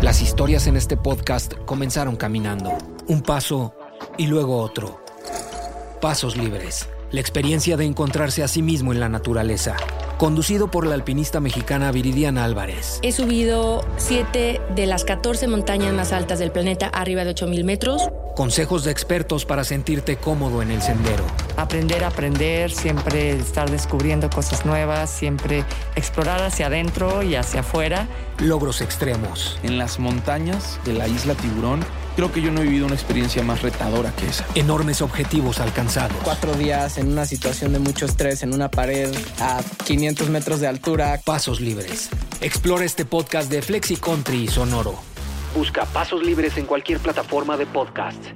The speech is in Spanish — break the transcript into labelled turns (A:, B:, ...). A: Las historias en este podcast comenzaron caminando, un paso y luego otro. Pasos libres, la experiencia de encontrarse a sí mismo en la naturaleza, conducido por la alpinista mexicana Viridiana Álvarez.
B: He subido 7 de las 14 montañas más altas del planeta, arriba de 8000 metros.
A: Consejos de expertos para sentirte cómodo en el sendero.
C: Aprender, aprender, siempre estar descubriendo cosas nuevas, siempre explorar hacia adentro y hacia afuera.
A: Logros extremos.
D: En las montañas de la isla Tiburón, creo que yo no he vivido una experiencia más retadora que esa.
A: Enormes objetivos alcanzados.
E: Cuatro días en una situación de mucho estrés, en una pared a 500 metros de altura.
A: Pasos libres. Explora este podcast de Flexi Country y Sonoro. Busca Pasos Libres en cualquier plataforma de podcast.